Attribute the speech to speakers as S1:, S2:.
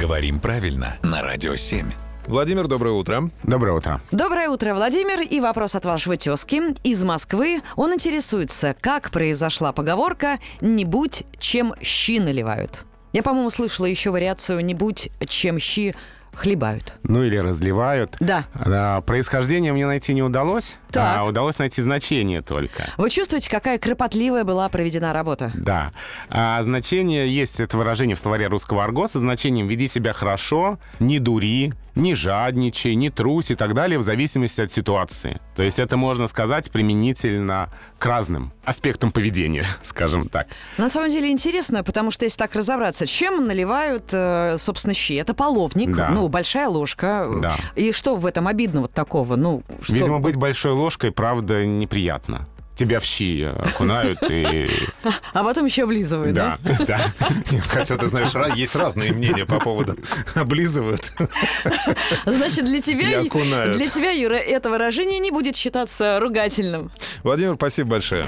S1: Говорим правильно на Радио 7.
S2: Владимир, доброе утро.
S3: Доброе утро.
S4: Доброе утро, Владимир. И вопрос от вашего тезки из Москвы. Он интересуется, как произошла поговорка «не будь, чем щи наливают». Я, по-моему, слышала еще вариацию «не будь, чем щи хлебают».
S3: Ну или разливают.
S4: Да.
S3: А, происхождение мне найти не удалось.
S4: Так.
S3: А, удалось найти значение только.
S4: Вы чувствуете, какая кропотливая была проведена работа?
S3: Да. А, значение есть это выражение в словаре русского арго со значением «веди себя хорошо», «не дури», «не жадничай», «не трусь» и так далее в зависимости от ситуации. То есть это можно сказать применительно к разным аспектам поведения, скажем так.
S4: На самом деле интересно, потому что если так разобраться, чем наливают, э, собственно, щи? Это половник,
S3: Да.
S4: ну, большая ложка.
S3: Да.
S4: И что в этом обидного такого? Ну, что...
S3: Видимо, быть большой ложкой, правда, неприятно. Тебя в щи э, окунают и...
S4: А потом еще облизывают, да?
S3: Да, да.
S2: Хотя, ты знаешь, ра- есть разные мнения по поводу облизывают.
S4: Значит, для тебя,
S2: И окунают.
S4: для тебя, Юра, это выражение не будет считаться ругательным.
S2: Владимир, спасибо большое.